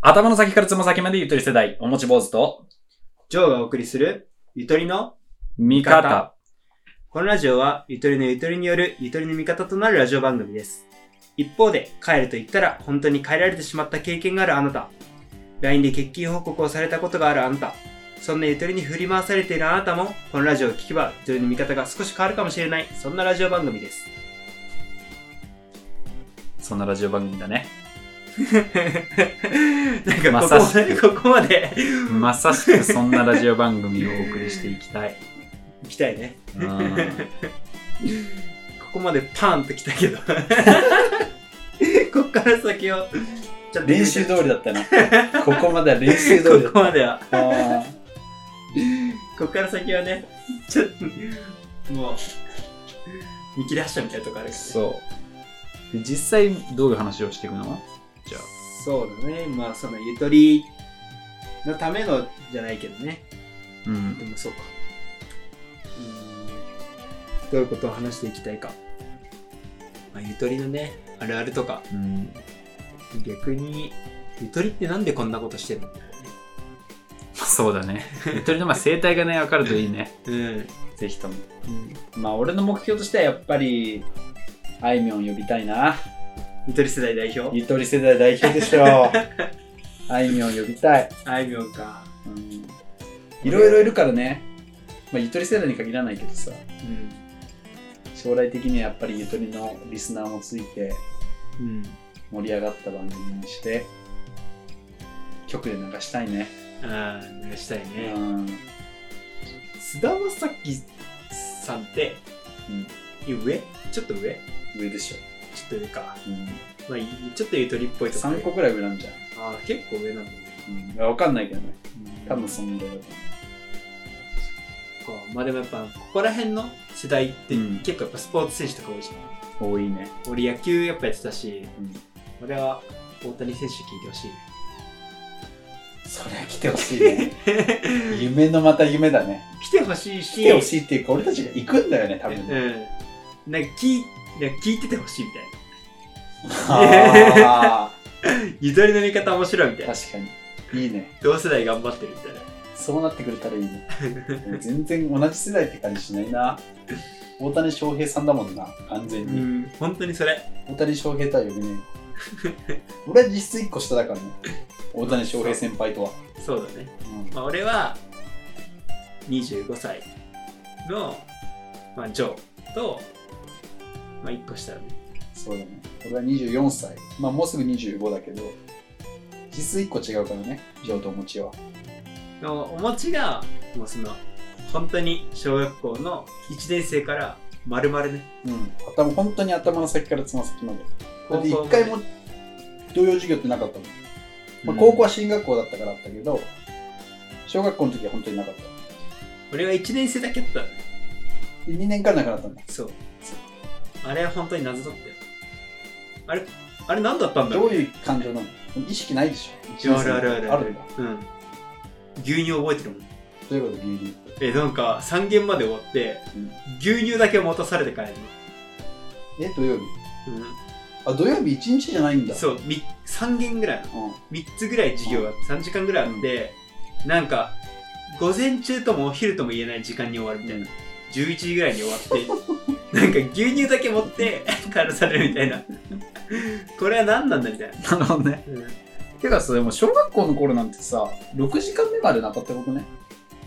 頭の先からつま先までゆとり世代、おもち坊主と、ジョーがお送りする、ゆとりの、味方方。このラジオは、ゆとりのゆとりによる、ゆとりの味方となるラジオ番組です。一方で、帰ると言ったら、本当に帰られてしまった経験があるあなた。LINE で欠勤報告をされたことがあるあなた。そんなゆとりに振り回されているあなたも、このラジオを聞けば、ゆとりの味方が少し変わるかもしれない、そんなラジオ番組です。 そんなラジオ番組だね。なまんさかここしまで、ここまで、まさしくそんなラジオ番組をお送りしていきた い。行きたいね。うんここまでパーンと来たけど。 こっから先を、ちょっと練習通りだったな。ここまでは練習通りだっ ここまでは。た。あこっから先はね、ちょっと、もう、見切らしたみたいなとこあるーから、ね。そう。で実際、どういう話をしていくのじゃあ。そうだね。まあ、その、ゆとりのためのじゃないけどね。うんで。も、そうか。うーんどういうことを話していきたいか。まあ、ゆとりのね、あるあるとか、うん、逆に、ゆとりってなんでこんなことしてるのそうだね。ゆとりのまあ生態がね、わかるといいね。うん。ぜひとも。まあ、俺の目標としてはやっぱり、あいみょん呼びたいな。ゆとり世代代表ゆとり世代代表でしょ あいみょん呼びたい、あいみょんか。うん、いろいろいるからね、まあ、ゆとり世代に限らないけどさう将来的にはやっぱりゆとりのリスナーもついてん。うん。盛り上がった番組にして曲で流したいね、ああ、流したいね。うん菅田将暉さんって、うん上ちょっと上ちょ上でしょ、っと上か、うん、まあ、いちょっとゆとりっぽいとか3個くらい上なんじゃんああ結構上なんだね、うんいや、わかんないけどね多分そそんぐらいだとっかまあでもやっぱここら辺の世代ってうん結構やっぱスポーツ選手とか多いじゃ思う多いね、ん、俺野球やっぱやってたしうん、俺は大谷選手聞いてほしいそりゃ来てほしいねね 夢のまた夢だね来てほしいし来てほしいっていうか俺たちが行くんだよね多分ねうんなんか聞いなんか聞いててほしいみたいあな ゆとりの見方面白いみたーいな確かにいいね同世代頑張ってるみたいなそうなってくれたらいい ねもう全然同じ世代って感じしないな大谷翔平さんだもんな完全うに、ん本当にそれ大谷翔平とは呼べねえ俺は実質1個下だからね大谷翔平先輩とは、そうだねうんまあ、俺は25歳の、まあ、ジョーと、まあ、1個下だね。そうだね俺は24歳まあもうすぐ25だけど実質1個違うからね上とお持ちはでもお餅が、もうその、本当に小学校の1年生から丸々ね、うん頭本当に頭の先からつま先までだ高って校1ま回でも同様授業ってなかったもんまあ、高校は進学校だったからあったけど、小学校の時は本当になかった。俺は1年生だけだったのねで2年間なくなったんだ。そう。あれは本当に謎だったよ。あれ、あれ何だったんだどろうういう感情なの意識ないでしょ一年生あるあるあるあるんだ。うん。牛乳覚えてるもん。どういうこと牛乳って。え、なんか3限まで終わって、うん牛乳だけ持たされて帰るえ、土曜日の。うん。あ、土曜日1日じゃないんだ。そうみ3限ぐらいのうん。 3つぐらい授業があって3時間ぐらいあって、なんか午前中ともお昼とも言えない時間に終わるみたい な、11時ぐらいに終わってなんか牛乳だけ持って帰らされるみたいなこれは何なんだみたいな、なるほどね。てかさ、でも小学校の頃なんてさ、6時間目までなかったことね。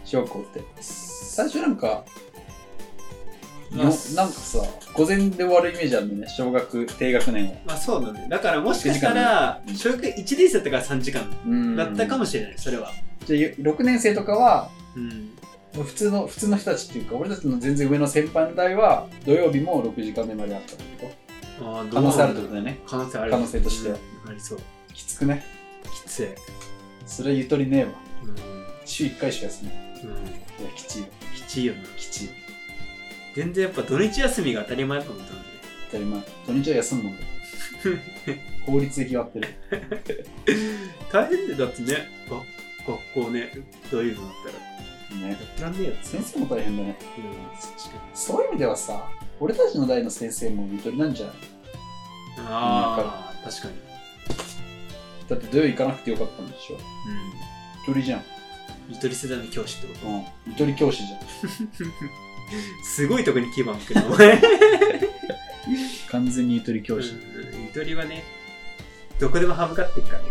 小学校って。最初なんか、よまあなんかさ、午前で終わるイメージあるんだよね。小学、低学年は。まあそうなんだよだからもしかしたら6時小学1年生だったから3時間うんだったかもしれないそれはじゃあ6年生とかは、うん普通の普通の人たちっていうか俺たちの全然上の先輩の代は土曜日も6時間目まであったってことあーど可うな能ん性だあるろってうことだよね可能性ある可能性としてはうんありそうきつくねきつい、それはゆとりねえわうんうん、週1回しか休みいやきちいよきちいよなきちい全然やっぱ土日休みが当たり前だと思ったんで当たり前土日は休むも んだ法律で決まってる大変でだってねが学校ねどういうのだったらねやってらんねえやつ先生も大変だねうん確かにそういう意味ではさ俺たちの代の先生もゆとりなんじゃないああ確かにだって土曜行かなくてよかったんでしょゆとりじゃんうん。ゆとり世代の教師ってことうんゆとり教師じゃんすごいとこに牙を向ける お前。完全にゆとり教師、うんゆとりはね、どこでも歯向かっていく からね。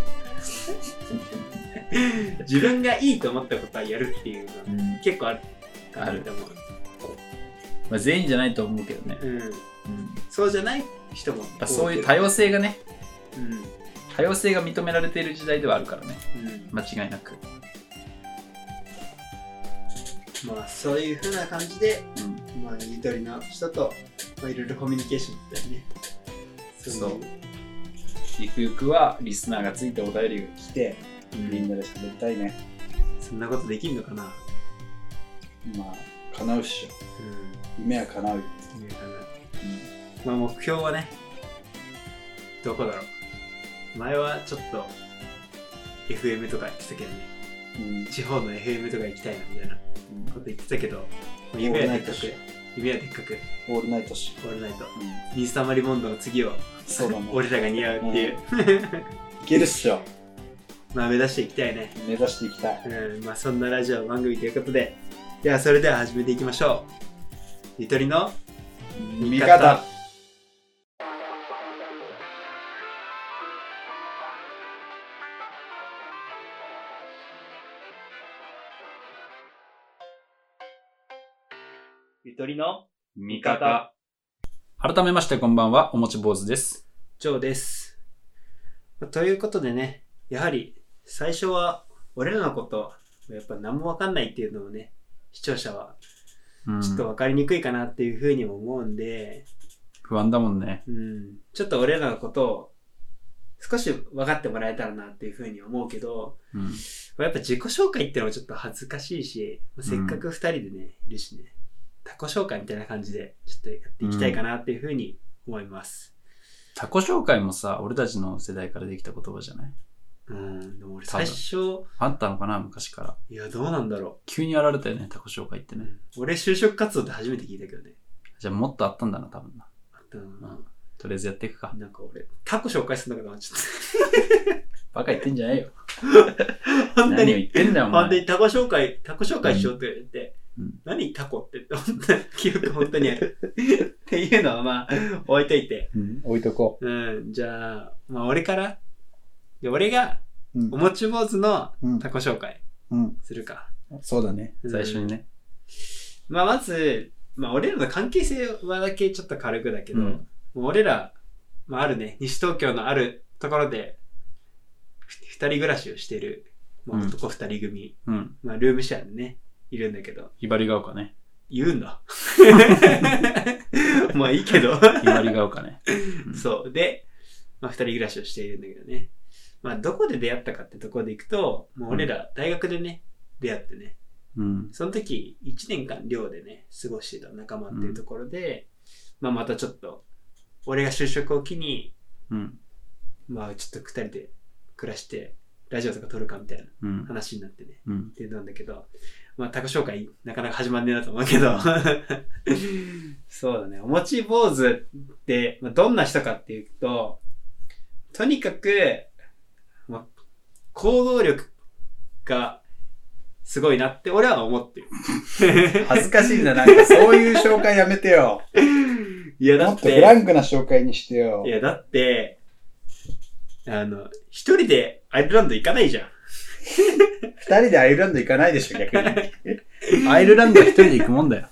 自分がいいと思ったことはやるっていうのはうん結構あるからあるでも、まあ、全員じゃないと思うけどね、うん、うん、やそうじゃない人も多いっけぱどそういう多様性がねうんうん多様性が認められている時代ではあるからね間違いなく、まあそういうふうな感じで、うん、まあ、ゆとりの人と、まあ、いろいろコミュニケーションだったりねそういゆくゆくはリスナーがついてお便りが来てうんみんなで喋りたいね、そんなことできるのかなまあ叶うっしょう夢は叶うよ、んいいかなまあ目標はね、どこだろう。前はちょっと FM とか言ってたけどね、うん地方の FM とか行きたいなみたいなこと言ってたけど、まあ夢はでっかく、夢はでっかく、オールナイトし、終わらないと。うん、水溜りボンドの次をそうだね俺らが似合うっていう、いけるっしょ まあ目指していきたいね。目指していきたいうん、まあそんなラジオ番組ということで、ではそれでは始めていきましょう。ゆとりの味方ゆとりの味改めましてこんばんはおもち坊主ですジョーです。まあということでね、やはり最初は俺らのこと、やっぱ何もわかんないっていうのもね、視聴者はちょっとわかりにくいかなっていうふうにも思うんで、不安だもんねうん、ちょっと俺らのことを少し分かってもらえたらなっていうふうに思うけど、うんやっぱ自己紹介ってのもちょっと恥ずかしいし、まあせっかく二人でね、いるしね、他己紹介みたいな感じでちょっとやっていきたいかなっていうふうに思います。他己紹介もさ俺たちの世代からできた言葉じゃないうん、でも俺多分最初、あったのかな昔からいや、どうなんだろ急に現れたよね他己紹介ってう。ね俺、就職活動って初めて聞いたけどね。じゃあもっとあったんだな多分な、あったなうん、とりあえずやっていくかなんか俺、タコ紹介するんだけど、ちょバカ言ってんじゃないよっと。 本何当をに、言ってんだよお本当前にタコ紹介、タコ紹介しようって言って、うんうん何タコってって思った記憶本当にあ る。っていうのはまあ、置いといて。うん置いとこうん、じゃあ、まあ俺から、で俺が、う、うんおもち坊主のうんタコ紹介うん、するか。そうだねうん最初にねまあまず、まあ俺らの関係性はだけちょっと軽くだけうど、んもう俺ら、まあ、あるね、西東京のあるところで、ふ二人暮らしをしてる、まあ、うん男二人組、うんまあ、ルームシェアでね、いるんだけど、ひばりが丘ね言うんだ。まあいいけど。ひばりが丘ねうんそう。で、まあ、二人暮らしをしているんだけどね。まあ、どこで出会ったかってところでいくと、もう俺ら大学でね、出会ってね、うんその時、1年間寮でね、過ごしてた仲間っていうところで、まあまたちょっと、俺が就職を機に、うんまあちょっと二人で暮らして、ラジオとか撮るかみたいなうん話になってね、うんってなんだけど、まあ他己紹介なかなか始まんねえなと思うけど、 そうだね、おもち坊主って、まあ、どんな人かっていうと、とにかく、まあ、行動力がすごいなって俺は思ってる。恥ずかしいな、なんかそういう紹介やめてよ。いや、だもっっとフラて、ンクな紹介にしてよい。や、だって、あの、一人でアイルランド行かないじゃん。二人でアイルランド行かないでしょ、逆に。 アイルランドは一人で行くもんだよ。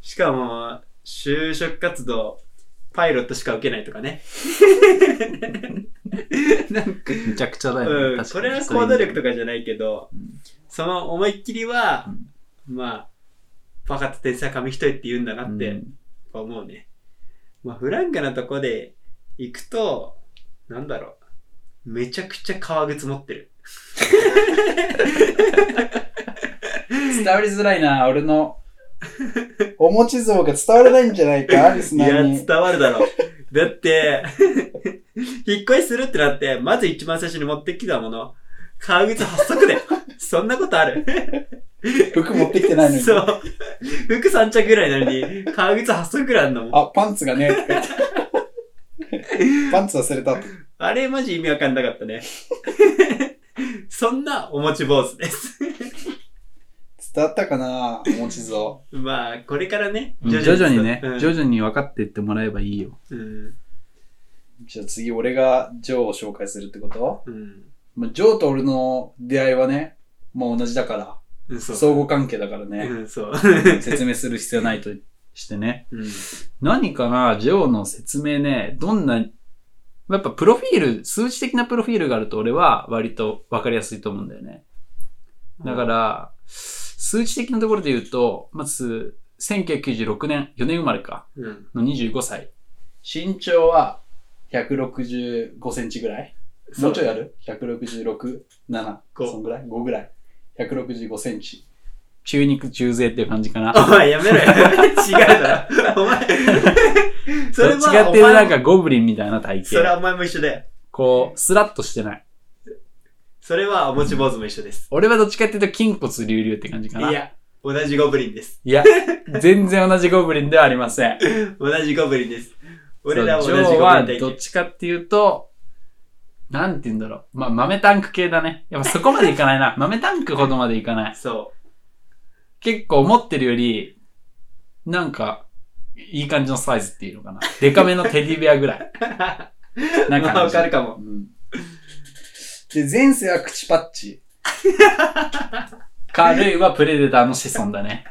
しかも、就職活動、パイロットしか受けないとかね。なんか、めちゃくちゃだよね。確かうん、にそれは行動力とかじゃないけどうん、その思いっきりは、まあ、バカと天才は紙一重って言うんだなって、うん思うね。まあ、フランクなとこで行くと、なんだろう。めちゃくちゃ革靴持ってる。伝わりづらいな、俺の。お餅像が伝わらないんじゃないか、リスいナや、ー伝に。わるだろう。だって、 引っ越しするってなって、まず一番最初に持ってきたもの、革靴8 足で。そんなことある服持ってきてないのに。そう。服3着ぐらいなのに、革靴8足ぐらいあるのもん。 あ、パンツがね。パンツ忘れた。あれマジ意味わかんなかっ たね。そんなお餅坊主です。伝わったかなお餅ぞ。まあ、これからね、徐々にね、うん徐々に分かっていってもらえばいいよ。うん。じゃあ次俺がジョーを紹介するってことうん。まあジョーと俺の出会いはね、もう同じだから。うん、そう。相互関係だからうね。ん、そう。 説明する必要ないと。してね。うん。何かな、ジョーの説明ね、どんな、やっぱプロフィール、数値的なプロフィールがあると俺は割と分かりやすいと思うんだよね。だか、ら、数値的なところで言うと、まず、1996年、4年生まれか、うん。の25歳。身長は165センチぐらいそうもうちょいある ?166、7、五そんぐらい ?5 ぐらい。165センチ。中肉中背っていう感じかな。お前やめろよ。 違うだろ。お前。それどっちは、かおっていうと前なんもかゴブリンみたいな体それ型。はお前も一緒だよ。こう、スラッとしてない。それはお餅坊主も一緒です。俺はどっちかっていうと筋骨隆々って感じかな。いや、同じゴブリンです。いや、全然同じゴブリンではありません。同じゴブリンです。俺らも同じそうゴジョーブリはン体どっ験。ちかっていうと、なんて言うんだろう。まあ、豆タンク系だね。やっぱそこまでいかないな。豆タンクほどまでいかない。そ結構思ってるより、なんか、いい感じのサイズっていうのかな。デカめのテディベアぐらい。う。 まなんあ、わかか、るかも。うん。で、前世は口パッチ。軽いはプレデターの子孫だね。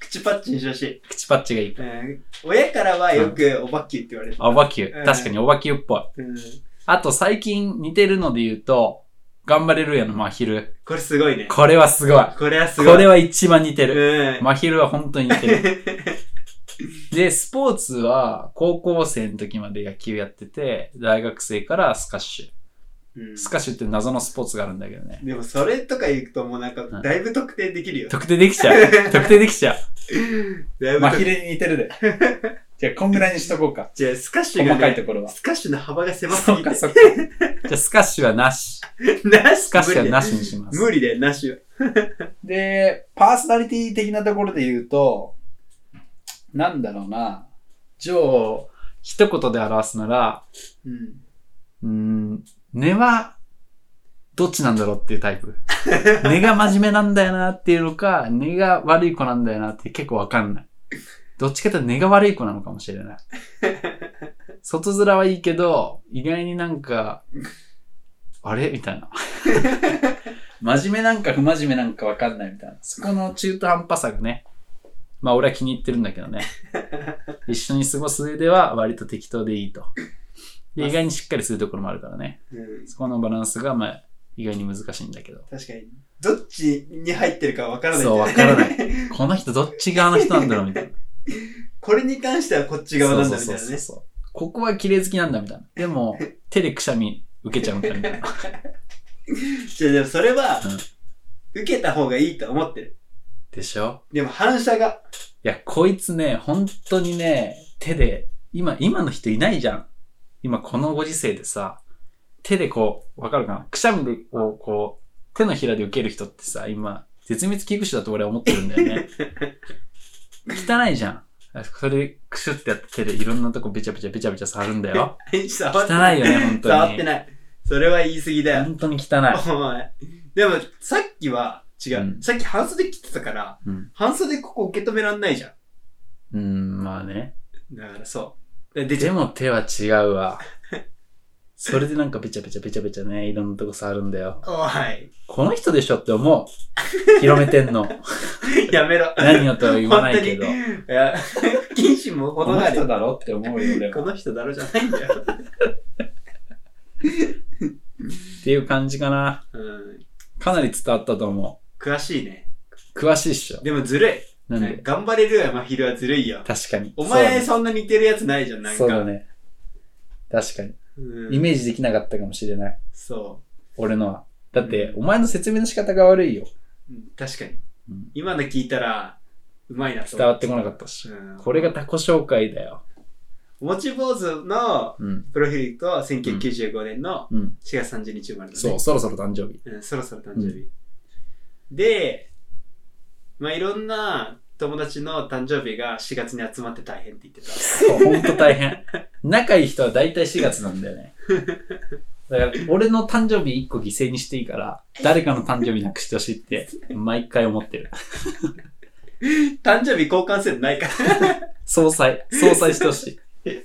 口パッチにしてほしい。口パッチがいい。うん親からはよくおばっきって言われる。あおばきゅうんう。確かにおばきゅうっぽい。うん。あと最近似てるので言うと、頑張れるやの真昼。これすごいね。これはすごい。これはすこごい。れは一番似てる。 うん。真昼は本当に似てる。で、スポーツは高校生の時まで野球やってて、大学生からスカッシうんュ。スカッシュって謎のスポーツがあるんだけどね。でもそれとか言うともうなんか、だいぶ特定できるよ。特定できちゃう。 特定できちゃう。だいぶま特ひ定。れに似てるで。じゃあ、こんぐらいにしとこうか。じゃあ、スカッシュが細かいとね、ころは。スカッシュの幅が狭すそっぎて か。そっか。じゃあスカッシュはなし。なしスカッシュは無理だよなしにします。無理だよ、なしは。で、パーソナリティ的なところで言うと、なんだろうな。ジョーを一言で表すなら、ううん。ーん、根は、どっちなんだろうっていうタイプ。根が真面目なんだよなっていうのか、根が悪い子なんだよなって結構わかんない。どっちかというと根が悪い子なのかもしれない。外面はいいけど、意外になんか、あれみたいな。真面目なんか不真面目なんかわかんないみたいな。そこの中途半端さがね、まあ俺は気に入ってるんだけどね。一緒に過ごす上では割と適当でいいと。で意外にしっかりするところもあるからね。うん。そこのバランスが、まあ、意外に難しいんだけど。確かに。どっちに入ってるかわからないんだそう、よわねからない。 この人どっち側の人なんだろう みたいな。 これに関してはこっち側なんだみたいなそうそうそうね。そうここは綺麗好きなんだみたいな。でも、手でくしゃみ受けちゃうんだみたいな。じゃあでもそれはうん、受けた方がいいと思ってる。 でしょでも反射が。いや、こいつね、本当にね、手で、今、今の人いないじゃん。今このご時世でさ、手でこう、わかるかなくしゃみでこう、こう、手のひらで受ける人ってさ、今、絶滅危惧種だと俺は思ってるんだよ ね。汚いじゃん。それでクシュってやって手でいろんなとこべちゃべちゃべちゃべちゃ触るんだよ。触って汚いよね、本当に。触ってない。それは言い過ぎだよ。本当に汚お前。でも、さっきは、違う。うんさっき半袖着てたから、い。うん。半袖ここ受け止めらんないじゃうん、まあね。ん。だからそう。で、出ちゃでも手は違う わ。それでなんかべちゃべちゃべちゃべちゃね、いろんなとこ触るんだよ。う。おい。 この人でしょって思う。広めてんの。やめろ。何をとは言わないけど。いや、 不謹慎もこ程がのある人。だろって思うよ、俺こは。の人だろじゃないんだよ。 っていう感じかな。うん。かなり伝わったと思詳しいね。う。詳しいっしょ。でもずるい。なんで頑張れるやまひるはずるいよ。確かに。お前そんな似てるやつないじゃん、なんか。そうだね。確かに。うんイメージできなかったかもしれない。そ俺のは。だってう、お前の説明の仕方が悪いよ。う。うん確かにうん。今の聞いたら、うまいなと伝思わう。ってこなかったし。うんこれがタコ紹介だよ。もち坊主のうん。プロフィールと1995年のうん。 4月30日生まれだね。そう、そろそろ誕生日。うん。そろそろ誕生日。で、まあいろんな友達の誕生日が4月に集まって大変って言っ てた。そう、ほんと大変。仲いい人は大体4月なんだよね。だから、俺の誕生日1個犠牲にしていいから、誰かの誕生日なくしてほしいって、毎回思ってる。誕生日交換せんないから。総裁、総裁してほしい。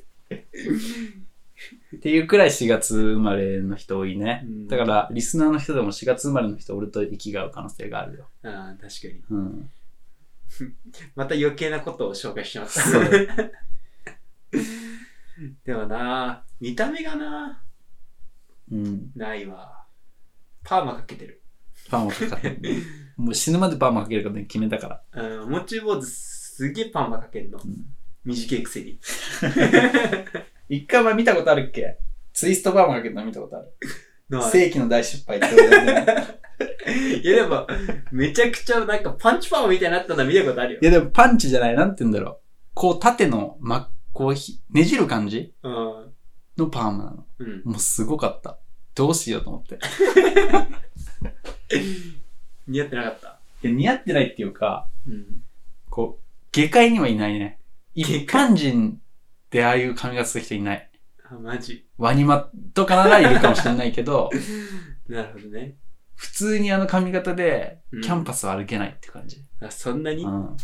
っていうくらい4月生まれの人多いね。うんだから、リスナーの人でも4月生まれの人、俺と息が合う可能性があるよ。 ああ、確かに。うん。また余計なことを紹介してます。そう。 でもな、見た目がな、うん。ないわ。パーマかけてる。パーマかかってる。もう死ぬまでパーマかけることに決めたから。うん、もち坊主すげえパーマかけんの。うん短いくせに。一回前見たことあるっけツイストバーマかけたの見たことある。ない世紀の大失敗ってことだよねいやでも、めちゃくちゃなんかパンチパーマみたいになったのは見たことあるよい。やでもパンチじゃない、なんて言うんだろう。こう縦の、ま、こうひねじる感じうん。のパーマなの。うん。もうすごかった。どうしようと思って。似合ってなかった。いや似合ってないっていうか、うん。こう、下界にはいないね。一下界般人でああいう髪型する人いない。あ、マジ。ワニマとかならいるかもしれないけど、なるほどね。普通にあの髪型でうんキャンパスを歩けないって感じ。あ、そんなにうん。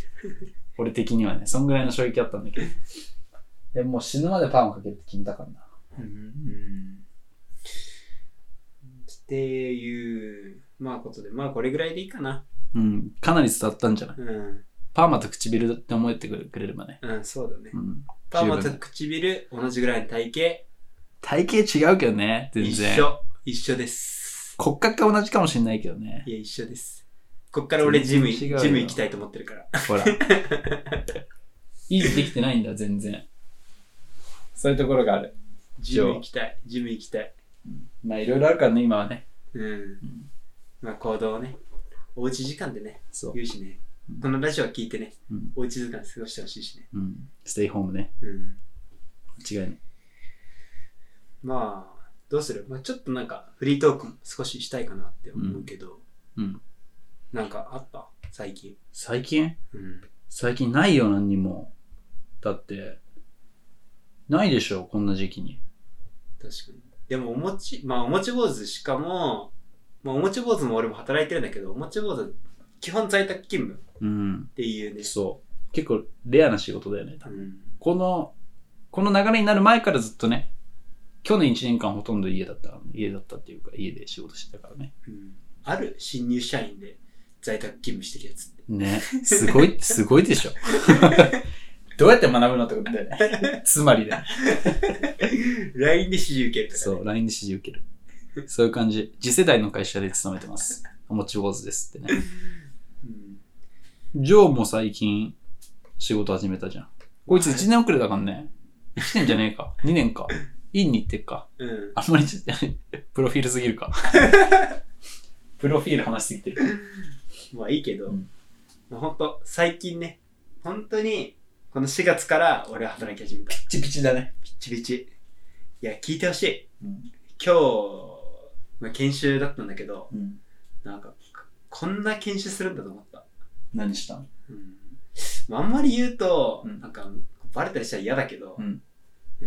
俺的にはね、そんぐらいの衝撃だったんだけど。でももう死ぬまでパーマかけるって決めたからな。うんっていう、まあことで、まあこれぐらいでいいかな。うん。かなり伝わったんじゃないうん。パーマと唇って思えてくれればね。うん、そうだね。うん。パーマと唇、同じぐらいの体型。体型違うけどね、全一然。緒。一緒です。骨格が同じかもしれないけどね。いや、一緒です。こっから俺ジム、全ジ然違うよム行きたいと思ってるから。ほ ら。維持できてないんだ、全然。そういうところがある。ジム行きたい。ジム行きたい。まあ、いろいろあるからね、今はね。うん。まあ行動をね。おうち時間でね、そう。言うしねうん。このラジオは聞いてね、うんおうち時間過ごしてほしいしね。うん。ステイホームね。うん。間違いない。まあ、どうするまあちょっとなんか、フリートークも少ししたいかなって思うけど、うん。なんかあった最近。最近うん。最近ないよ、何にも。だって、ないでしょ、こんな時期に。確かに。でも、おもち、まあ、おもち坊主しかも、まあ、おもち坊主も俺も働いてるんだけど、おもち坊主、基本在宅勤務うんっ。ていうね。そう。結構、レアな仕事だよね、多う分ん。この、この流れになる前からずっとね、去年1年間ほとんど家だったからね、家だったっていうか、家で仕事してたからね。うん、ある新入社員で在宅勤務してるやつって。ね、すごい、すごいでしょ。どうやって学ぶのってことだよね。つまりね。 LINE で指示受けるとか、ね。そう、LINE で指示受ける。そういう感じ。次世代の会社で勤めてます。お持ち坊主ですってね。うん。ジョーも最近仕事始めたじゃん。こいつ1年遅れだからね。1年じゃねえか。2年か。院に行ってっか。うん。あんまりちょっと、プロフィールすぎるか。プロフィール話しすぎてる。まあいいけど、うんまあ本当最近ね、本当に、この4月から俺は働き始めた。ピチピチだね。ピッチピチ。いや、聞いてほしい。うん。今日、まあ、研修だったんだけど、うん。なんか、こんな研修するんだと思った。何したのうん。まあ、あんまり言うと、うんなんか、バレたりしたら嫌だけど、うん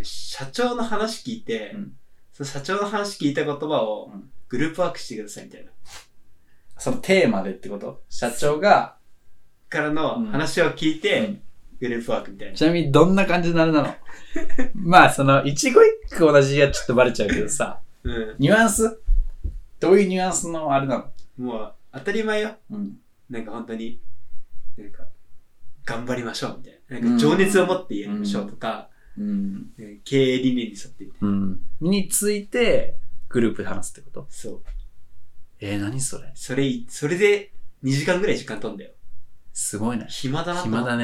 社長の話聞いて、うんその社長の話聞いた言葉をうんグループワークしてくださいみたいな。そのテーマでってこと社長が、からのうん話を聞いて、うんグループワークみたいな。ちなみにどんな感じのあれ なのまあ、その、一語一句同じやちょっとバレちゃうけどさ、うん。ニュアンスどういうニュアンスのあれなのもう、当たり前よ。うん。なんか本当に、なんか、頑張りましょうみたいな。なんか情熱を持ってやりましょうとか、うん。ね経営理念に沿ってみたいな。うん。について、グループで話すってことそう。えー、何それそれい、それで2時間ぐらい時間飛んだよ。すごいね。暇だなと思暇ってだ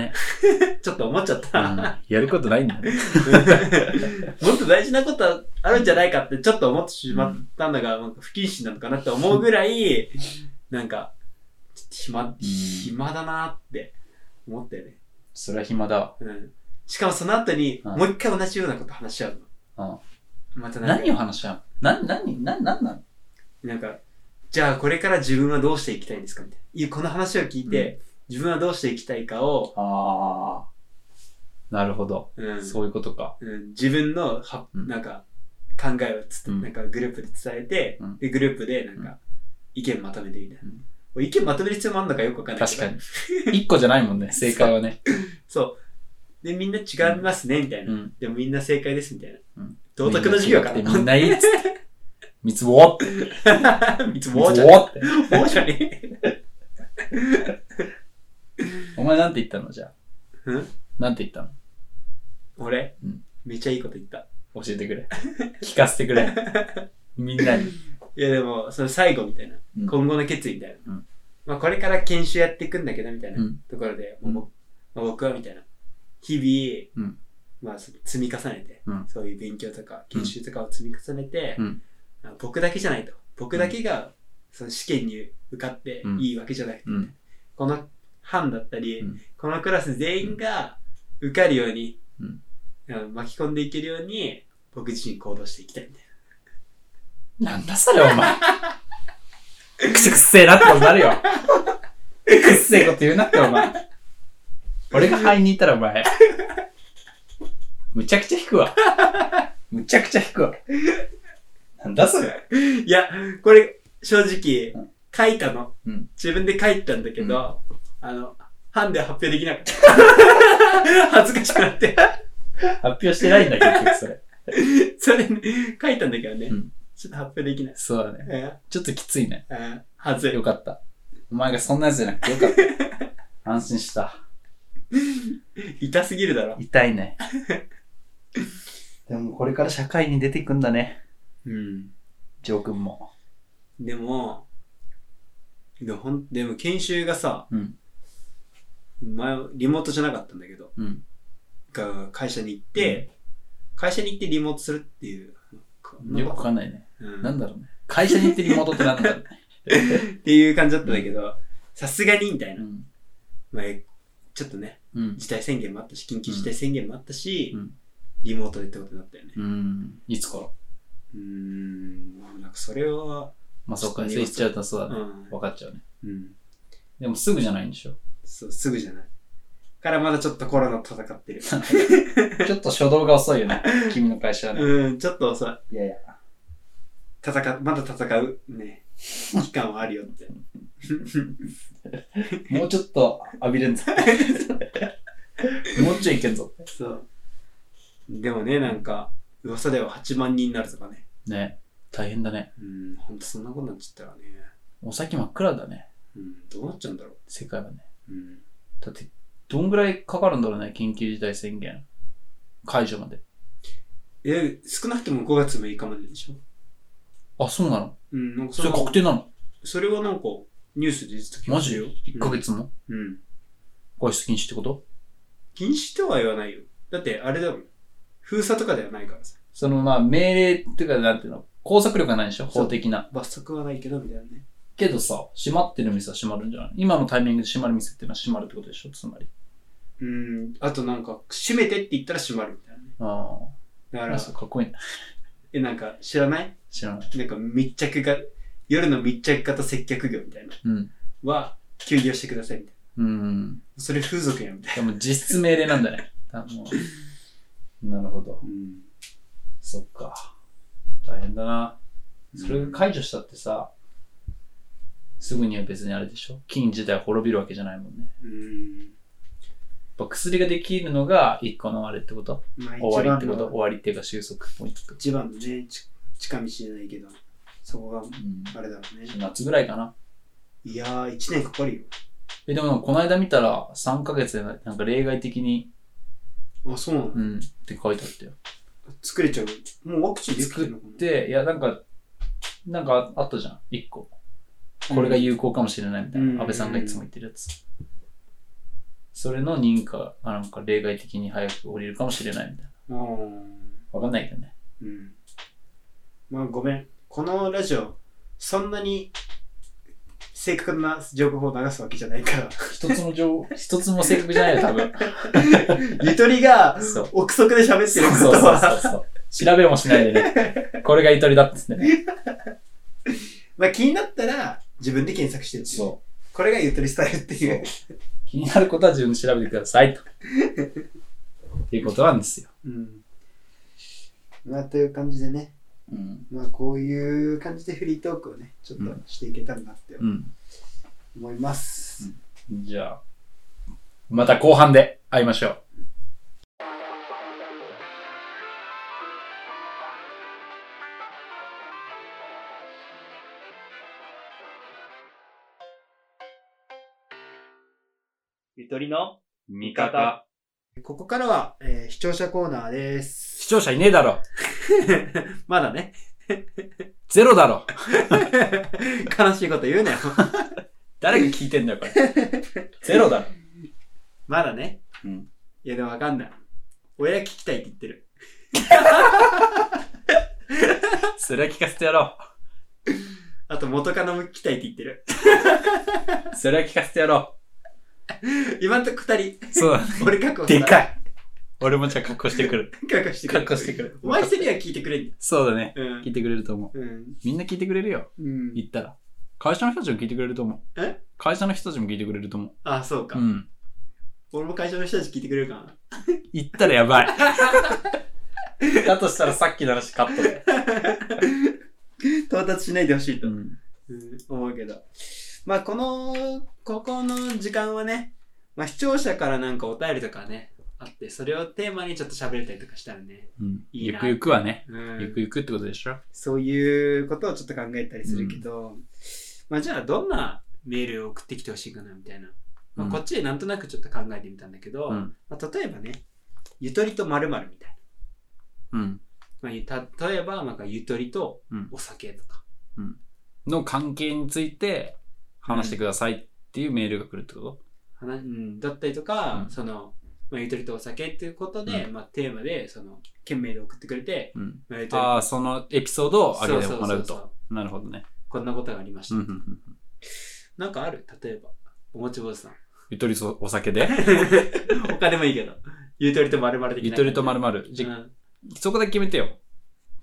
ね。ちょっと思っちゃっうた。 ん。やることないんだね。もっと大事なことあるんじゃないかってちょっと思ってしまったのが、なんか不謹慎なのかなって思うぐらい、なんか、ちょっと暇、暇だなって思ったよね。それは暇だわ。うん。しかもその後に、うんもう一回同じようなこと話し合うの。またなんか何を話し合うな、何、な、なんなのなんか、じゃあこれから自分はどうしていきたいんですかみたいな。いやこの話を聞いて、自分はどうしていきたいかを、ああ。なるほど。うんそういうことか。うん、自分のは、うんなんか、考えをつ、うんなんかグループで伝えて、うんでグループでなんうか、意見まとめてみたいなうん。俺意見まとめる必要もあんのかよくわかんないけ確ど。かに。一個じゃないもんね、 正解はね。そう。で、みんな違いますね、みたいな。うん。でもみんな正解です、みたいな。うん道徳の授業かみんな。な違くてみんない いっつって。三つぼって。いつ三もつじゃねぼって。え。もうじゃねえ。お前なんて言ったのじゃあ。うんなんて言った俺、うんめっちゃいいこと言った。の教えてくれ。聞かせてく れ。みんなに。いや、でも、その最後みたいな。うん今後の決意みたいな。うんまあ、これから研修やっていくんだけど、みたいなうんところで、うんもうまあ僕はみたいな。日々、うんまあ、その積み重ねて、うんそういう勉強とか、研修とかを積み重ねて、うんあの僕だけじゃないと。僕だけが、その試験に受かってうんいいわけじゃなくて、うん。この班だったり、うんこのクラス全員が受かるように、うんあの巻き込んでいけるように、僕自身行動していきたいみたいなんだそれお前。くしくっせえなってことになるよ。くっせえこと言うなってお前。俺が肺にいたらお前。むちゃくちゃ引くわ。むちゃくちゃ引くわ。なんだそれ。な。いや、これ、正直うん、書いたの、うん自分で書いたんだけど、あの、班で発表できなかった。 恥ずかしくなって。発表してないんだ結局それ。それ、ね、書いたんだけどね、うんちょっと発表できない。そうだね。えちょっときついね。ーえーはずい。よかった。お前がそんなやつじゃなくてよかった。安心した。痛すぎるだろ。痛いね。でもこれから社会に出ていくんだね。うん。ジョー君も。でも、でもほんでも研修がさ、うん前リモートじゃなかったんだけど、うん。が会社に行って、会社に行ってリモートするっていう。よくわかんないね。うんなんだろうね。会社に行ってリモートってなんだろうね。 っていう感じだったんだけど、さすがにみたいうな。ん。まあ、えちょっとね、うん。事態宣言もあったし、緊急事態宣言もあったし、うんリモートでってことになったよね。うん。いつからうーん、なんかそれは、まあそっか、そちょっとねれ言っちゃうとそうだうね。ん、分かっちゃうね。うん、でもすぐじゃないんでしょ。そう、すぐじゃない。からまだちょっとコロナと戦ってる。ちょっと初動が遅いよね。君の会社はね。うん、ちょっと遅い。いやいや。戦う、まだ戦うね、期間はあるよって。もうちょっと浴びれん ぞ。もうちょいいけんぞ。そう。でもね、なんか、噂では8万人になるとかね。ね。大変だね。うん、ほんとそんなことになっちゃったらね。お先真っ暗だね。うん、どうなっちゃうんだろう。世界はね。うん。だって、どんぐらいかかるんだろうね、緊急事態宣言。解除まで。え、少なくとも5月6日まででしょあ、そうなのうん、なんかそそれれは確、定なのそれはなんか、ニュースで言ってた気がマすジるよよ。 ?1 ヶ月も、うん。外出禁止ってこと禁止とは言わないよ。だって、あれだもん。封鎖とかではないからさ。その、まあ、命令っていうか、なんていうの、拘束力がないでしょそう法的な。罰則はないけど、みたいなね。けどさ、閉まってる店は閉まるんじゃない今のタイミングで閉まる店っていうのは閉まるってことでしょつまり。うん、あとなんか、閉めてって言ったら閉まるみたいなね。あだかあ。ら、そうかっこいいな。え、なんか、知らない知らない。なんか密着が、夜の密着型接客業みたいな。うん。は、休業してくださいみたいうん。な。それ風俗やんみたいでも実質命令なんだね。あもうなるほど。な。うん。そっか。大変だな。それが解除したってさ、すぐには別にあれでしょ菌自体は滅びるわけじゃないもんね。やっうん。ぱ薬ができるのが一個のあれってことまあ終わりってこと一番の終わりっていうか収束ポイントってこと一番のね、ち近道じゃないけど、そこが、うんあれだろうね。夏ぐらいかな。いやー、1年かかるえ、でもなんかこの間見たら3ヶ月でなんか例外的に、よ。あ、そうなの、うん、って書いてあったよ。作れちゃう。もうワクチンできて作るのかっ、て、いやなんか、なんかあったじゃん、1個。これが有効かもしれないみたいうんな。安倍さんがいつも言ってるやつ。それの認可がなんか例外的に早く降りるかもしれないみたいな。あーわかんないけどね。うん。まあ、ごめん。このラジオ、そんなに、正確な情報を流すわけじゃない から、一つも情、一つも正確じゃないよ、多分。ゆとりが、そう。憶測で喋っ てそうるこそうそうとそは、うそう。 調べもしないでね。これがゆとりだっつってね。まあ気になったら自分で検索してるっていうそこれがゆとりスタイルっていう。気になることは自分で調べてくださいと。っていうことなんですよ。うん。まあ、という感じでね、うん。まあ、こういう感じでフリートークをね、ちょっとしていけたらなってうん。思います。じゃあ、また後半で会いましょう。ゆとりの味方。ここからは、えー視聴者コーナーです。視聴者いねえだろ。まだね。ゼロだろ。悲しいこと言 うなよ。誰が聞いてんだよ、これ。ゼロだろ。まだね。うんいや、でもわかんない。親聞きたいって言ってる。それは聞かせてやろあと、元カノも聞きたいって言ってる。う。それは聞かせてやろ今んとこ二人、う。そうだね。俺確保でかい。い。俺もじゃあ格好してくる。確保してくれ。格好してくるお前一人は聞いてくれんだ。そうだね。う聞いん。てくれると思う。うん。みんな聞いてくれるよ。うん。言ったら。会社の人たちも聞いてくれると思う。え会社の人たちも聞いてくれると思あ、そうう。かう。ん。俺も会社の人たち聞いてくれるかな。言ったらやばい。だとしたらさっきの話カットで。到達しないでほしいとう。ん。うん思うけど。まあ、この、ここの時間はね、まあ、視聴者からなんかお便りとかね、あって、それをテーマにちょっと喋れたりとかしたらね。うん、いいゆなくゆくはね。うん。ゆくゆくってことでしょ。そういうことをちょっと考えたりするけど、まあじゃあどんなメールを送ってきてほしいかなみたいな、まあ、うんこっちでなんとなくちょっと考えてみたんだけど、うん。まあ、例えばねゆとりとまるみたいな、うん。まあゆた、例えばなんかゆとりとうんお酒とか、の関係について話してくださいっていうメールが来るってこと話うん、だったりとか、うんそのまあ、ゆとりとお酒っていうことで、うまあ、テーマでその懸命で送ってくれて、うん。まあ、ゆとりああ、そのエピソードをあげてそうもそらううそうと。そうなるほどね。こんなことがありましうんた、うんうんなんかある例えばおもち坊主 さんゆとりとお酒で他でもいいけどゆとりとまるまる的なゆとりとまるまる。じゃうんそこだけ決めてよ。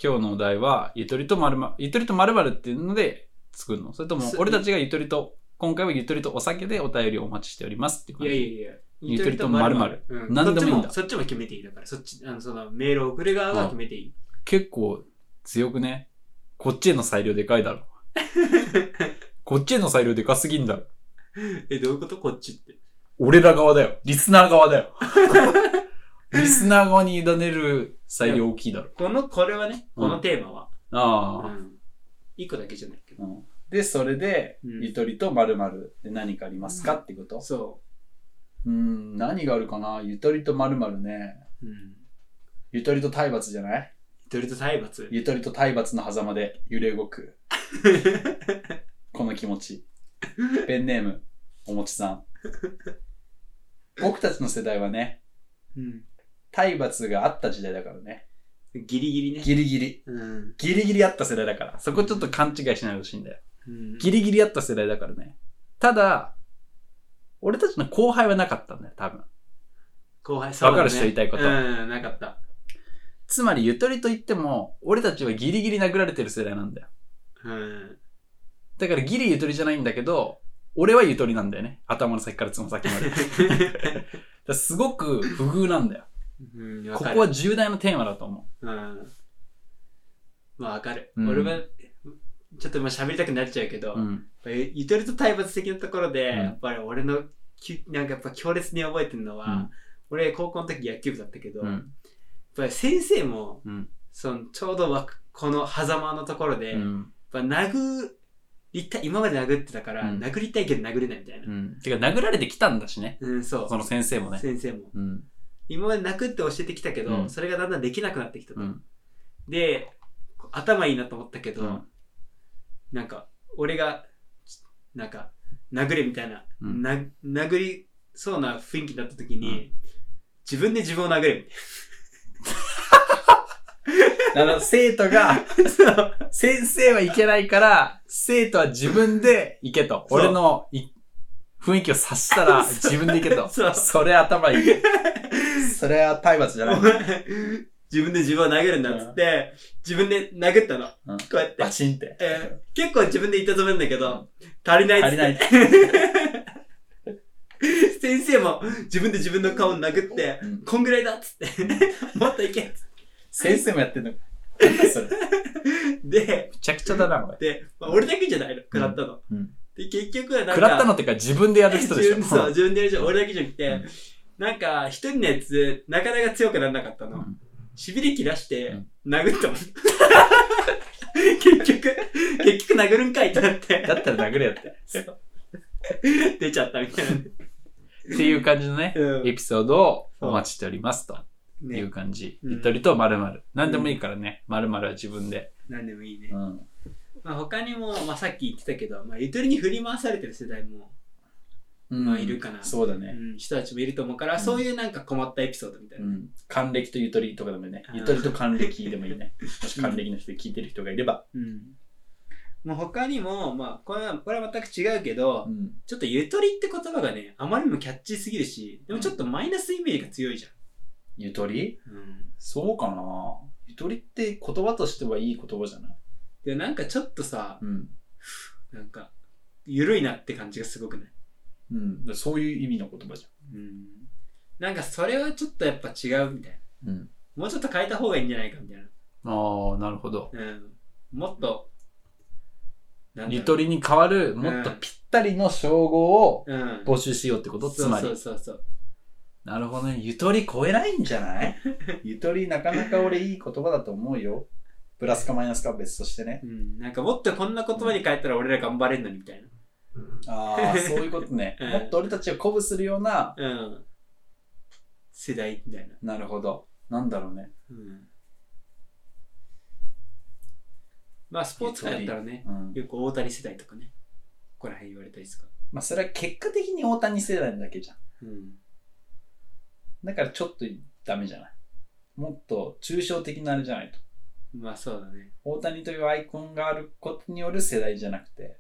今日のお題は、ゆとりとまるまる、ゆとりとまるまるっていうので作るのそれともす、俺たちがゆとりと、今回はゆとりとお酒でお便りをお待ちしておりますっていう感いやじ。いやいや。ゆとりと〇〇うん何でもいいんだそっちもそっちも決めていいだから、そっち、あの、その、メールを送る側が決めていい。結構強くね。こっちへの裁量でかいだろ。こっちへの裁量でかすぎんだろ。え、どういうことこっちって。俺ら側だよ。リスナー側だよ。リスナー側に委ねる裁量大きいだろ。この、これはね、このテーマは。うああ。ん。一個だけじゃないけど。うんで、それで、うんゆとりとまるまるで何かありますかってことそうん、何があるかなゆとりとまるまるね。う。うん。ゆとりと体罰じゃないゆとりと体罰。ゆとりと体罰の狭間で揺れ動く。この気持ち。ペンネーム、おもちさん。僕たちの世代はね、うん。体罰があった時代だからね。ギリギリね。ギリギリ。うん。ギリギリあった世代だから。そこちょっと勘違いしないでほしいんだよ。うんギリギリあった世代だからね。ただ、俺たちの後輩はなかったんだよ、多分。後輩わかる人言いたいことうん、なかった。つまり、ゆとりと言っても、俺たちはギリギリ殴られてる世代なんだよ。うん。 だからギリゆとりじゃないんだけど、俺はゆとりなんだよね。頭の先からつま先まで。だからすごく不遇なんだよ。うん、わこかるこは重大なテーマだと思うん。まあ、わかる。うん俺は、ちょっと今喋りたくなっちゃうけど、う。うん。ゆゆとりと体罰的なところで、うんやっぱり俺のきなんかやっぱ強烈に覚えてるのは、うん俺高校の時野球部だったけど、うやっん。ぱり先生もうん。そのちょうどわこの狭間のところで、うやっん。ぱ殴りたい今まで殴ってたから、うん殴りたいけど殴れないみたいな、うん。てか、殴られてきたんだしね。うんそうその先生もね。先生もうん。今まで殴って教えてきたけど、うんそれがだんだんできなくなってきたと、うん。でこう頭いいなと思ったけど、うんなんか俺がちなんか殴れみたいな,、うんな殴りそうな雰囲気だった時に、自分で自分を殴れみ だから生徒が、たいな先生はいけないから、生徒は自分で行けと。そう俺のい雰囲気を察したら自分で行けと。そうそれ頭いい。それは体罰じゃなおい。前 自分で自分を殴るんだっつって、自分で殴ったの、うんこうやってバ、チンって。えー結構自分で言ったと思うんだけど、足りないっつ足っりてない。 先生も自分で自分の顔を殴って、うんこんぐらいだっつって、 もっといけっつっ先生もやってんのか。なんだそれ。て。で、めちゃくちゃだな、これ。で、まあ、俺だけじゃないの、食らったの。うんうんで、結局はなんか、食らったのってか自分でやる人でしょ。自分 そう、自分でやる人、俺だけじゃなくて、うんなんか、一人のやつ、なかなか強くならなかったうの。んしびれ切らしてうん、殴ったもん。 結局、結局殴るんかいってなって、だったら殴れよって。出ちゃったみたいな。っていう感じのね、うんエピソードをお待ちしておりますといねう感じ。うんゆとりと〇〇。何でもいいからね、〇〇は自分で。なんでもいいねう。ん。まあ、他にも、まあ、さっき言ってたけど、まあ、ゆとりに振り回されてる世代も、うんまあいるかなそうだね。うん、人たちもいると思うから、うんそういうなんか困ったエピソードみたいうな。ん。還暦とゆとりとかでもいいねあ。ーゆとりと還暦でもいいね。もし還暦の人で聞いてる人がいれば。うん。もう他にも、まあ、これは、これは全く違うけど、うん。ちょっとゆとりって言葉がね、あまりにもキャッチーすぎるし、でもちょっとマイナスイメージが強いじゆとりゃん。うん。そうかな。ゆとりって言葉としてはいい言葉じゃないで、なんかちょっとさ、うん。なんか、ゆるいなって感じがすごくないうん。でそういう意味の言葉じうん。なんかそれはちょっとやっぱ違うみたいな。ゃん。うん。もうちょっと変えた方がいいんじゃないかみたいな。ああ、なるほど。うん。もっと、なんだろうゆとりに変わる、もっとぴったりの称号をうん。募集しようってこと、つまそうり。そうそうそう。なるほどね。ゆゆとり超えないんじゃないゆとりなかなか俺いい言葉だと思うよ。プラスかマイナスかは別としてね。うん。なんかもっとこんな言葉に変えたら俺ら頑張れんのにみたいな。ああ、 。そういうことねうんもっと俺たちを鼓舞するような、うん。世代みたいな。なるほど。なんだろうね。うん。まあスポーツ界だったらね、うん。よく大谷世代とかね、ここら辺言われたりするか。まあそれは結果的に大谷世代だけじゃん。うん。だからちょっとダメじゃない。もっと抽象的なあれじゃないと。まあそうだね。大谷というアイコンがあることによる世代じゃなくて。だか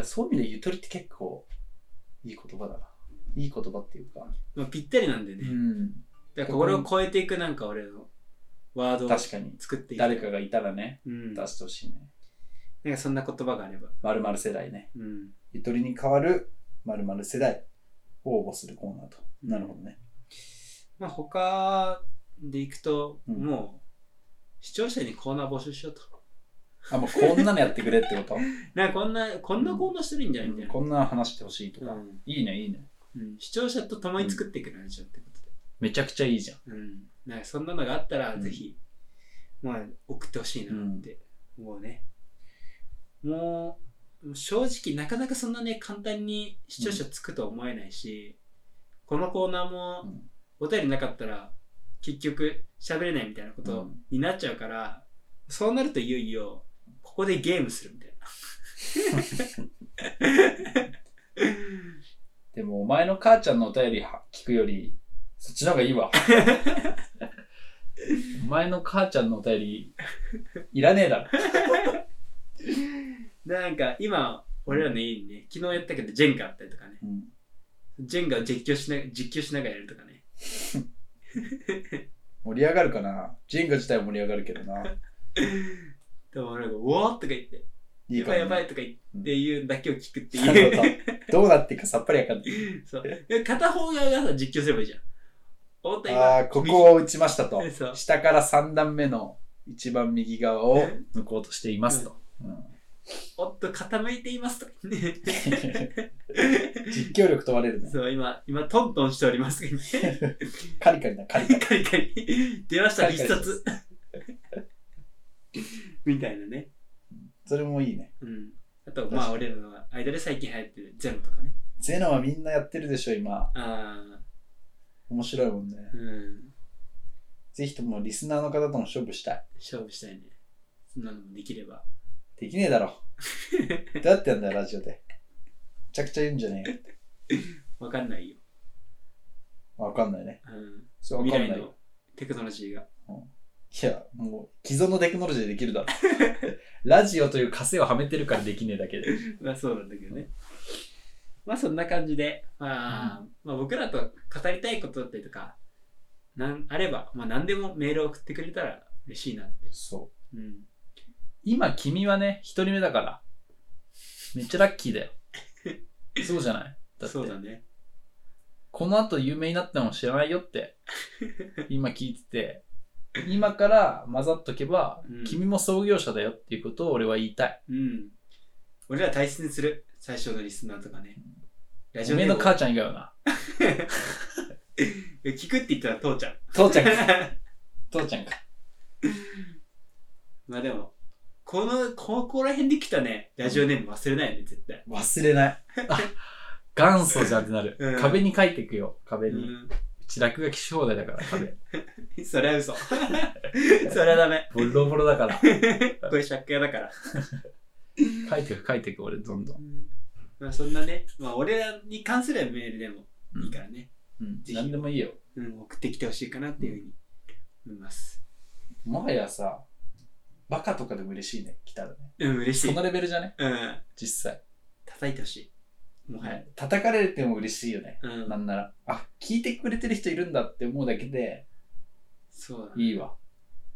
らそういう意味でゆとりって結構いい言葉だな。いい言葉っていうか。まあぴったりなんだようね。ん。だからこれを超えていくなんか俺のワードを確かに。作っていく。誰かがいたらね、うん。出なんかしてほしいね。そんな言葉があれば。まる世代ね。うん。ゆとりに代わるまる世代を応募するコーナーと。なるほどね。まあ他でいくと、うんもう視聴者にコーナー募集しようと。あ、もうこんなのやってくれって こと、なんかこんな、こんなコーナーしてるんじゃないみうたいんな。こんなの話してほしいとか。うんいいね、いいね。うん視聴者と共に作っていくラジオってことで。めちゃくちゃいいじゃん。うん。なんかそんなのがあったら、うんぜひ、まあ、送ってほしいなって思うね。もう、正直、なかなかそんなね、簡単に視聴者つくとは思えないし、このコーナーもうんお便りなかったら、結局、喋れないみたいなことになっちゃうから、そうなるといよいよ、ここでゲームするみたいな。でも、お前の母ちゃんのお便りは聞くより、そっちの方がいい わ。お前の母ちゃんのお便 り、いらねえだろ。でなんか、今、俺らの家にね、昨日やったけど、ジェンガあったりとかね。うん、ジェンガを実況しな実況しながらやるとかね。盛り上がるかなジェンガ自体は盛り上がるけどな。でもなんか、おおとか言って、いいやかばもねいやばいとか言って言うんだけを聞くってなるほいう。ど。どうなっていくかさっぱりわかんない。 そうで片方側がさ、実況すればいいじゃん。大谷あがあ、ここを打ちましたと右。そう下から3段目の一番右側を抜こうとしていますと。うんおっと傾いていますとか言ってね 実況力問われるね。 そう、今、今、トントンしておりますけどね。カリカリだ、カリカリ。カリカリ。出ました、カリ必カリ殺。みたいなね。それもいいね。うん。あと、まあ、俺らの間で最近流行ってるゼロとかね。ゼノはみんなやってるでしょ、今。あ面白いもんね。あ、うん。ぜひともリスナーの方とも勝負したい。勝負したいね。そんなのもできれば。できねえだろ。 どうやってやんだよ、ラジオで。めちゃくちゃ言うんじゃねえよ。わかんないよ。わかんないね。うそれん、わかんな未い来よ。のテクノロジーが。いや、もう既存のテクノロジーでできる だろ。ラジオという枷をはめてるからできねえだけで。まあそうなんだけどね。まあそんな感じで、まあ、まあ僕らと語りたいことだったりとか、なんあれば、まあ何でもメールを送ってくれたら嬉しいなって。そう。うん。今君はね、一人目だから。めっちゃラッキーだよ。そうじゃないだってそうだね。この後有名になっても知らないよ って、今聞いてて、今から混ざっとけば、うん君も創業者だよっていうことを俺は言いたい。うん。俺ら大切にする。最初のリスナーとかね。ラおめえネーのム母ちゃん以外はな。え 聞くって言ったら父ちゃん。父ちゃんか。 父ちゃんか。まあでも、この、ここら辺で来たね、ラジオネーム忘れないよね、絶対。忘れない。元祖じゃんってなる。うん壁に書いていくよ、壁う。に。うんち落書きし放題だから、 壁。それ は嘘。それはダメ。ボロボロだから。これ借家だから。書いていく、書いていく、俺、どんどん。まあそんなね、まあ俺らに関するメールでもうんいいからね、うん。ぜひ何でもいいよ。うん、送ってきてほしいかなっていうふうに思います。もはやさ、バカとかでも嬉しいね、来たらね。うん、嬉しそい。のレベルじゃねうん、実際。叩いてほしい。もはや。叩かれても嬉しいよね。うんな、んなら、あ、聞いてくれてる人いるんだって思うだけでそうだね。いいわ。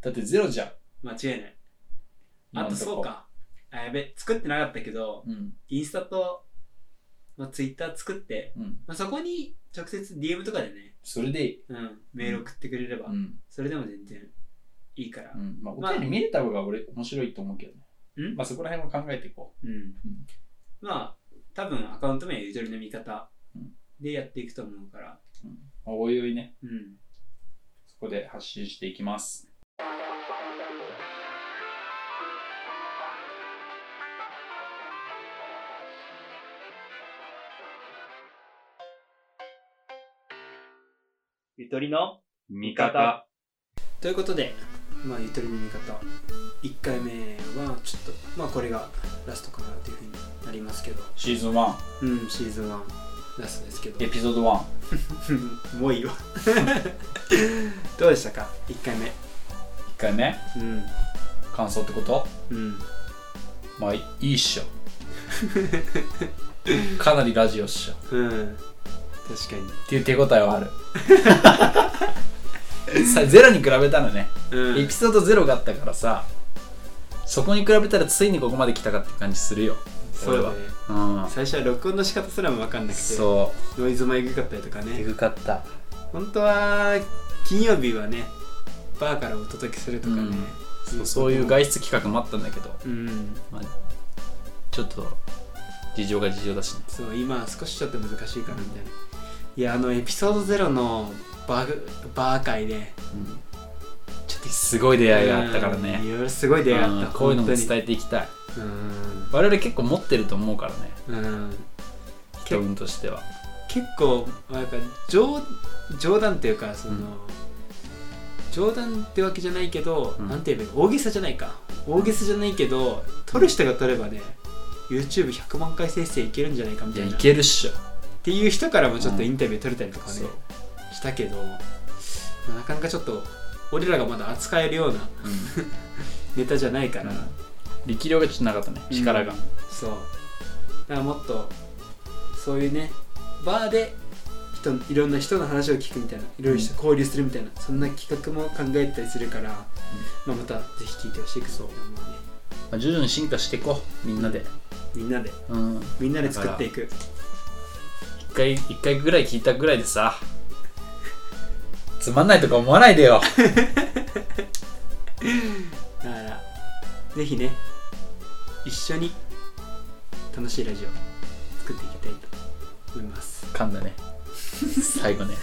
だってゼロじゃん。間違いない。あ今とのこそう。か。あ、やべ、作ってなかったけど、うん。インスタと、まあ、ツイッター作って、うん。まあ、そこに直接 DM とかでね、それでいい。うん、メール送ってくれれば、うん。それでも全然いいからう。ん。まあ、まあお便り見れた方が俺面白いと思うけどね。んまあ、そこら辺も考えていこうん。まあ、多分アカウント名はゆとりの味方うんでやっていくと思うから、う。まあおいおいね、うん。そこで発信していきます。ゆとりの味方。ということで、まあ、ゆとりの味方、1回目はちょっと、まあ、これがラストかなというふうになりますけど、シーズン1、うん、シーズン1ラストですけどエ、ピソード1。もういいわ。 どうでしたか ?1 回目。 1回目、うん。感想ってことうん。まあ、いいっし ょ。かなりラジオっしょ。うん。確かっていう手応えはある。 さゼロに比べたらね、に。うエピソードゼロがあったからさ、そこに比べたらついにここまで来たかって感じするよ。そうだね。うん。最初は録音の仕方すらも分かんなくて、そノイズもえぐかったりとかう。えね。ぐかった。本当は、金曜日はね、バーからお届けするとかね。うんそうそういう外出企画もあったんだけど、うん。まあ、ちょっと事情が事情だしね。そう、今は少しちょっと難しいかなみたいな。いや、あの、エピソードゼロのバーバー会で、うんちょっとすごい出会いがあったからうんいね。ろいろすごい出会いがあっうた。んこういうのも本当に伝えていきたい。うん我々結構持ってると思うからね、うん教訓としては。結構なんか冗冗談っていうかその、うん冗談ってわけじゃないけど、うんなんて言えばいいの大げさじゃないか大げさじゃないけど撮る人が撮ればね YouTube100 万回再生いけるんじゃないかみいたや、いいなけるっしょ。っていう人からもちょっとうんインタビュー撮れたりとかね、そうしたけど、まあなかなかちょっと俺らがまだ扱えるよううなん ネタじゃないから、うん力量がちょっとなかったね力が、うんそうだからもっとそういうねバーで人いろんな人の話を聞くみたいないろいろ人交流するみたいな、そんな企画も考えたりするから、まあ、またぜひ聞いてほしいそうねまあ、徐々に進化していこうみんなでみんなでうんみんなで作っていく一回一回ぐらい聞いたぐらいでさつまんないとか思わないでよだからぜひね一緒に楽しいラジオ作っていきたいと思い ます噛んだね最後ね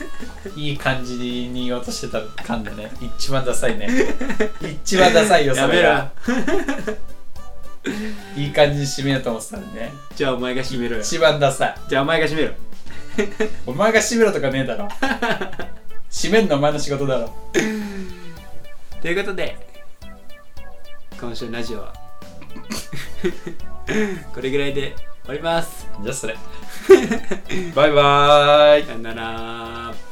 いい感じに言おうとしてた噛んだね一番ダサいね一番ダサいよそやめれろがいい感じに締めようと思ってたのにねじゃあお前が締めろよ一番ダサいじゃあお前が締めろお前が締めろとかねえだ ろ締めんのお前の仕事だろということで今週のラジオは これぐらいで終わりますじゃあそれバイバーイさよなら